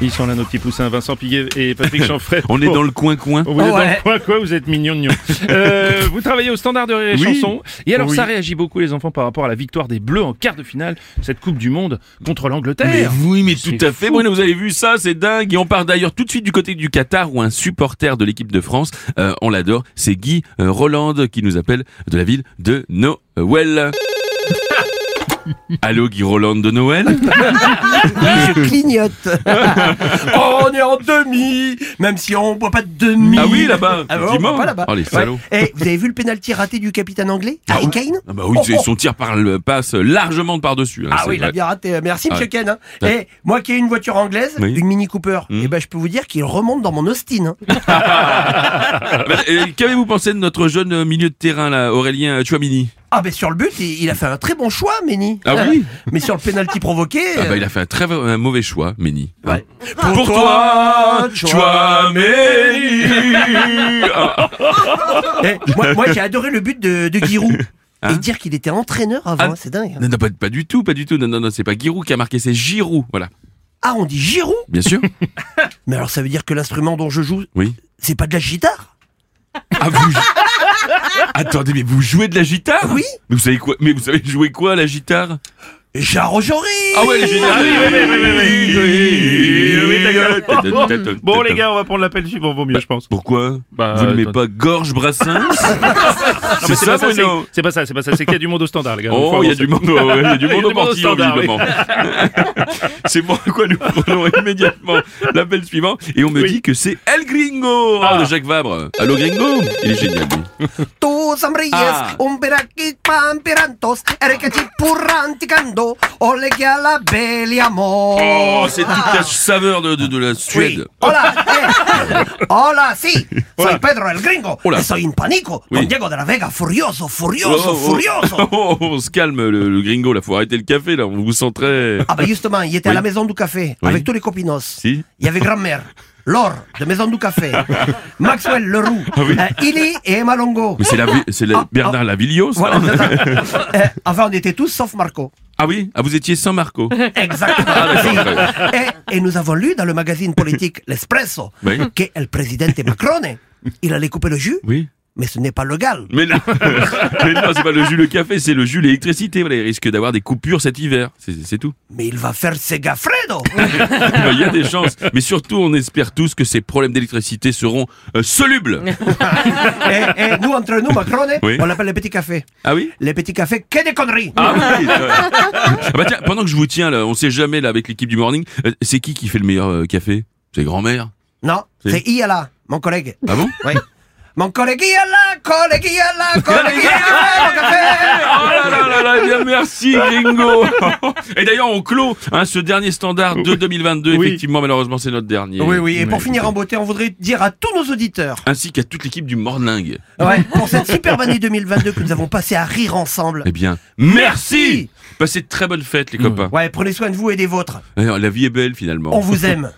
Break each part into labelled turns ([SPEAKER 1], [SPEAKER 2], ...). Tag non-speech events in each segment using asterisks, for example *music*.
[SPEAKER 1] Ils sont là nos petits poussins, Vincent Piguet et
[SPEAKER 2] *laughs*
[SPEAKER 1] Patrick Chanfray.
[SPEAKER 2] On est
[SPEAKER 3] Oh.
[SPEAKER 1] Pour-
[SPEAKER 2] dans le coin-coin.
[SPEAKER 1] Vous êtes dans le coin, quoi, vous êtes mignons, mignons. Euh, vous travaillez au standard de rire et
[SPEAKER 2] Oui.
[SPEAKER 1] chanson. Et alors,
[SPEAKER 2] Oui.
[SPEAKER 1] ça réagit beaucoup, les enfants, par rapport à la victoire des Bleus en quart de finale, cette Coupe du Monde contre
[SPEAKER 2] Ah, Mais
[SPEAKER 1] l'Angleterre.
[SPEAKER 2] oui, mais
[SPEAKER 1] C'est
[SPEAKER 2] tout à fait.
[SPEAKER 1] fou.
[SPEAKER 2] Bruno, vous avez vu ça, c'est dingue. Et on part d'ailleurs tout de suite du côté du Qatar où un supporter de l'équipe de France, euh, on l'adore, c'est Guy euh, Roland qui nous appelle de la ville de
[SPEAKER 3] *laughs*
[SPEAKER 2] Noël. Allô Guy Roland de Noël
[SPEAKER 3] *laughs* Oh, on est en demi, même si on boit pas de demi.
[SPEAKER 2] Ah oui là-bas
[SPEAKER 3] Ah bon,
[SPEAKER 2] effectivement.
[SPEAKER 3] on va pas là-bas.
[SPEAKER 2] Oh les
[SPEAKER 3] Ouais.
[SPEAKER 2] salauds
[SPEAKER 3] Eh, vous avez vu le pénalty raté du capitaine anglais, Harry Kane
[SPEAKER 2] Ah bah oui,
[SPEAKER 3] Oh,
[SPEAKER 2] c'est-
[SPEAKER 3] oh.
[SPEAKER 2] son tir par le passe largement par-dessus. hein,
[SPEAKER 3] Ah
[SPEAKER 2] c'est
[SPEAKER 3] oui, il a
[SPEAKER 2] vrai.
[SPEAKER 3] bien raté. Euh, Merci, monsieur
[SPEAKER 2] Ouais.
[SPEAKER 3] Ken. hein.
[SPEAKER 2] Ouais.
[SPEAKER 3] Eh, moi qui ai une voiture anglaise,
[SPEAKER 2] Oui.
[SPEAKER 3] une Mini Cooper,
[SPEAKER 2] Mm.
[SPEAKER 3] eh ben, je peux vous dire qu'il remonte dans mon Austin. hein.
[SPEAKER 2] Ah bah, euh, Qu'avez-vous pensé de notre jeune euh, milieu de terrain là, Aurélien Chouamini
[SPEAKER 3] Ah, ben sur le but, il, il a fait un très bon choix, Méni.
[SPEAKER 2] Ah oui
[SPEAKER 3] *laughs* Mais sur le pénalty provoqué.
[SPEAKER 2] Ah bah
[SPEAKER 3] euh,
[SPEAKER 2] il a fait un très un mauvais choix, Méni. hein.
[SPEAKER 3] Ouais.
[SPEAKER 2] Pour, toi, Chouameni
[SPEAKER 3] eh, moi, moi, j'ai adoré le but de, de Giroud.
[SPEAKER 2] *laughs* Hein
[SPEAKER 3] Et dire qu'il était entraîneur avant,
[SPEAKER 2] Ah.
[SPEAKER 3] hein, c'est dingue. hein.
[SPEAKER 2] Non, non, pas, pas du tout, pas du tout. Non, non, non, c'est pas Giroud qui a marqué, c'est Giroud. Voilà,
[SPEAKER 3] Ah, on dit Giroud
[SPEAKER 2] bien sûr.
[SPEAKER 3] Mais alors, ça veut dire que l'instrument dont je joue,
[SPEAKER 2] Oui.
[SPEAKER 3] c'est pas de la guitare
[SPEAKER 2] Ah, vous... Attendez, mais vous jouez de la guitare
[SPEAKER 3] Oui.
[SPEAKER 2] Mais vous savez quoi Mais vous savez jouer quoi, la guitare
[SPEAKER 3] Jarojori
[SPEAKER 2] Ah ouais, les guitares
[SPEAKER 1] oui, oui, oui, oui, oui, oui, oui, Bon, les gars, on va prendre l'appel suivant, vaut mieux, je pense.
[SPEAKER 2] Pourquoi
[SPEAKER 1] Bah,
[SPEAKER 2] Vous ne
[SPEAKER 1] attends.
[SPEAKER 2] mettez pas Gorge *laughs* Brassens
[SPEAKER 1] Non, mais
[SPEAKER 2] C'est ça,
[SPEAKER 1] pas ça,
[SPEAKER 2] Bruno
[SPEAKER 1] c'est- c'est pas ça, c'est pas ça, c'est qu'il y a du monde au standard, les gars. Donc,
[SPEAKER 2] Oh,
[SPEAKER 1] faut
[SPEAKER 2] il y a
[SPEAKER 1] avancer.
[SPEAKER 2] du monde, au- il y a
[SPEAKER 1] *laughs*
[SPEAKER 2] du
[SPEAKER 1] Il y a
[SPEAKER 2] monde
[SPEAKER 1] du monde
[SPEAKER 2] au
[SPEAKER 1] au
[SPEAKER 2] portillon,
[SPEAKER 1] standard, oui.
[SPEAKER 2] visiblement.
[SPEAKER 1] *laughs*
[SPEAKER 2] c'est pourquoi nous prenons immédiatement l'appel suivant et on me
[SPEAKER 1] Oui.
[SPEAKER 2] dit que c'est El Gringo
[SPEAKER 1] Ah.
[SPEAKER 2] de Jacques Vabre. Allô Gringo Il est génial, lui.
[SPEAKER 3] Tus hombres,
[SPEAKER 2] Ah.
[SPEAKER 3] un pam perantos, purranticando, olegui a la belle amor.
[SPEAKER 2] Oh, c'est toute la saveur de, de, de la Suède.
[SPEAKER 3] Hola,
[SPEAKER 2] *laughs*
[SPEAKER 3] eh. hola, sí. Soy Pedro el Gringo.
[SPEAKER 2] Hola.
[SPEAKER 3] Soy un panico.
[SPEAKER 2] Oui.
[SPEAKER 3] Don Diego de la Vega, furioso, furioso,
[SPEAKER 2] Oh, oh, oh.
[SPEAKER 3] furioso.
[SPEAKER 2] Oh, oh, on se calme, le, le Gringo, là. Faut arrêter le café, là. On vous sent très...
[SPEAKER 3] Ah ben justement, il était à la maison du café
[SPEAKER 2] Oui.
[SPEAKER 3] avec tous les copinos.
[SPEAKER 2] Si.
[SPEAKER 3] Il y avait grand-mère, Laure de Maison du
[SPEAKER 2] *laughs*
[SPEAKER 3] Café, Maxwell Leroux, euh, Illy et Emma Longo.
[SPEAKER 2] Ah Mais c'est la, vi- c'est la-
[SPEAKER 3] Ah,
[SPEAKER 2] Bernard Lavillios, ça.
[SPEAKER 3] Voilà. c'est ça. Euh, enfin, on était tous sauf Marco.
[SPEAKER 2] *laughs*
[SPEAKER 3] Ah,
[SPEAKER 2] Ah oui Ah, vous étiez sans *laughs* Marco.
[SPEAKER 3] Exactement.
[SPEAKER 2] d'accord,
[SPEAKER 3] Eh, et, et nous avons lu dans le magazine politique L'Espresso
[SPEAKER 2] Oui.
[SPEAKER 3] que le président Macron, il allait couper le jus,
[SPEAKER 2] Oui.
[SPEAKER 3] mais ce n'est pas légal.
[SPEAKER 2] Mais non, *laughs* Mais non, c'est pas le jus le café, c'est le jus l'électricité. Voilà, il risque d'avoir des coupures cet hiver. C'est c'est tout.
[SPEAKER 3] Mais il va faire ses gaffredo.
[SPEAKER 2] Eh ben, *laughs* Il y a des chances. Mais surtout, on espère tous que ces problèmes d'électricité seront euh, solubles.
[SPEAKER 3] et, et Eh, nous, entre nous, Macron,
[SPEAKER 2] Oui.
[SPEAKER 3] on l'appelle les petits cafés.
[SPEAKER 2] Ah oui
[SPEAKER 3] Les petits cafés, que des conneries
[SPEAKER 2] ah oui ouais. Ah bah tiens, pendant que je vous tiens là, on sait jamais là avec l'équipe du morning, euh, c'est qui qui fait le meilleur euh, café C'est grand-mère
[SPEAKER 3] Non,
[SPEAKER 2] Si.
[SPEAKER 3] c'est Iala, mon collègue.
[SPEAKER 2] Ah bon
[SPEAKER 3] Oui. Mon collègue Iala, collègue Iala, collègue Iala, mon café
[SPEAKER 2] *laughs* Oh là là là là, eh bien merci Gringo *laughs* Et d'ailleurs on clôt hein, ce dernier standard de 2022,
[SPEAKER 1] Oui.
[SPEAKER 2] effectivement malheureusement c'est notre dernier.
[SPEAKER 3] Oui, oui, et pour finir en
[SPEAKER 2] écoutez.
[SPEAKER 3] beauté, on voudrait dire à tous nos auditeurs
[SPEAKER 2] Ainsi qu'à toute l'équipe du morning.
[SPEAKER 3] Ouais, pour cette superbe année 2022 que nous avons passé à rire ensemble.
[SPEAKER 2] Eh bien, merci Mmh. Passez de très bonnes fêtes, les copains.
[SPEAKER 3] Ouais, prenez soin de vous et des vôtres.
[SPEAKER 2] Alors, La vie est belle, finalement.
[SPEAKER 3] On vous aime.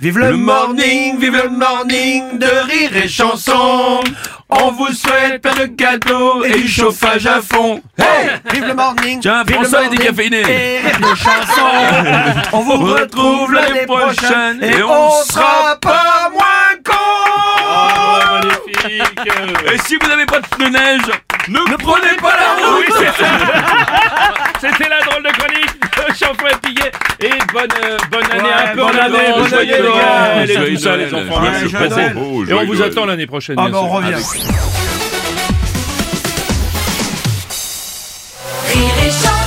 [SPEAKER 3] Vive le,
[SPEAKER 2] Le
[SPEAKER 3] morning, vive le morning de rire et chanson.
[SPEAKER 2] On vous souhaite plein de cadeaux
[SPEAKER 3] et du chauffage à
[SPEAKER 2] fond.
[SPEAKER 3] Hey, vive le morning.
[SPEAKER 2] Tiens,
[SPEAKER 3] vive
[SPEAKER 2] prends
[SPEAKER 3] le
[SPEAKER 2] ça, les
[SPEAKER 3] morning
[SPEAKER 2] décaféinés.
[SPEAKER 3] Et rire de *laughs* chanson. On vous
[SPEAKER 2] On
[SPEAKER 3] retrouve l'année prochaine et on sera pas moins con.
[SPEAKER 1] Ah, magnifique.
[SPEAKER 2] Et si vous n'avez pas de pneus neige, ne, prenez pas la route
[SPEAKER 1] Oui, c'est ça. C'était la drôle de chronique de Champois et Piguet. Et bonne, euh, bonne année,
[SPEAKER 3] Ouais,
[SPEAKER 1] un peu
[SPEAKER 3] bonne
[SPEAKER 1] en
[SPEAKER 3] année,
[SPEAKER 1] avance.
[SPEAKER 3] bonne
[SPEAKER 1] Joyeux
[SPEAKER 3] année, les gars.
[SPEAKER 1] Noël et
[SPEAKER 2] Joyeux
[SPEAKER 1] tout ça,
[SPEAKER 2] Noël,
[SPEAKER 1] les enfants.
[SPEAKER 2] joyeux
[SPEAKER 1] Passez-
[SPEAKER 2] Noël. Oh,
[SPEAKER 1] Et on
[SPEAKER 2] joyeux
[SPEAKER 1] vous
[SPEAKER 2] Noël.
[SPEAKER 1] attend l'année prochaine.
[SPEAKER 3] Ah
[SPEAKER 1] bien
[SPEAKER 3] ben on
[SPEAKER 1] sûr.
[SPEAKER 3] revient.
[SPEAKER 4] Rire et chanson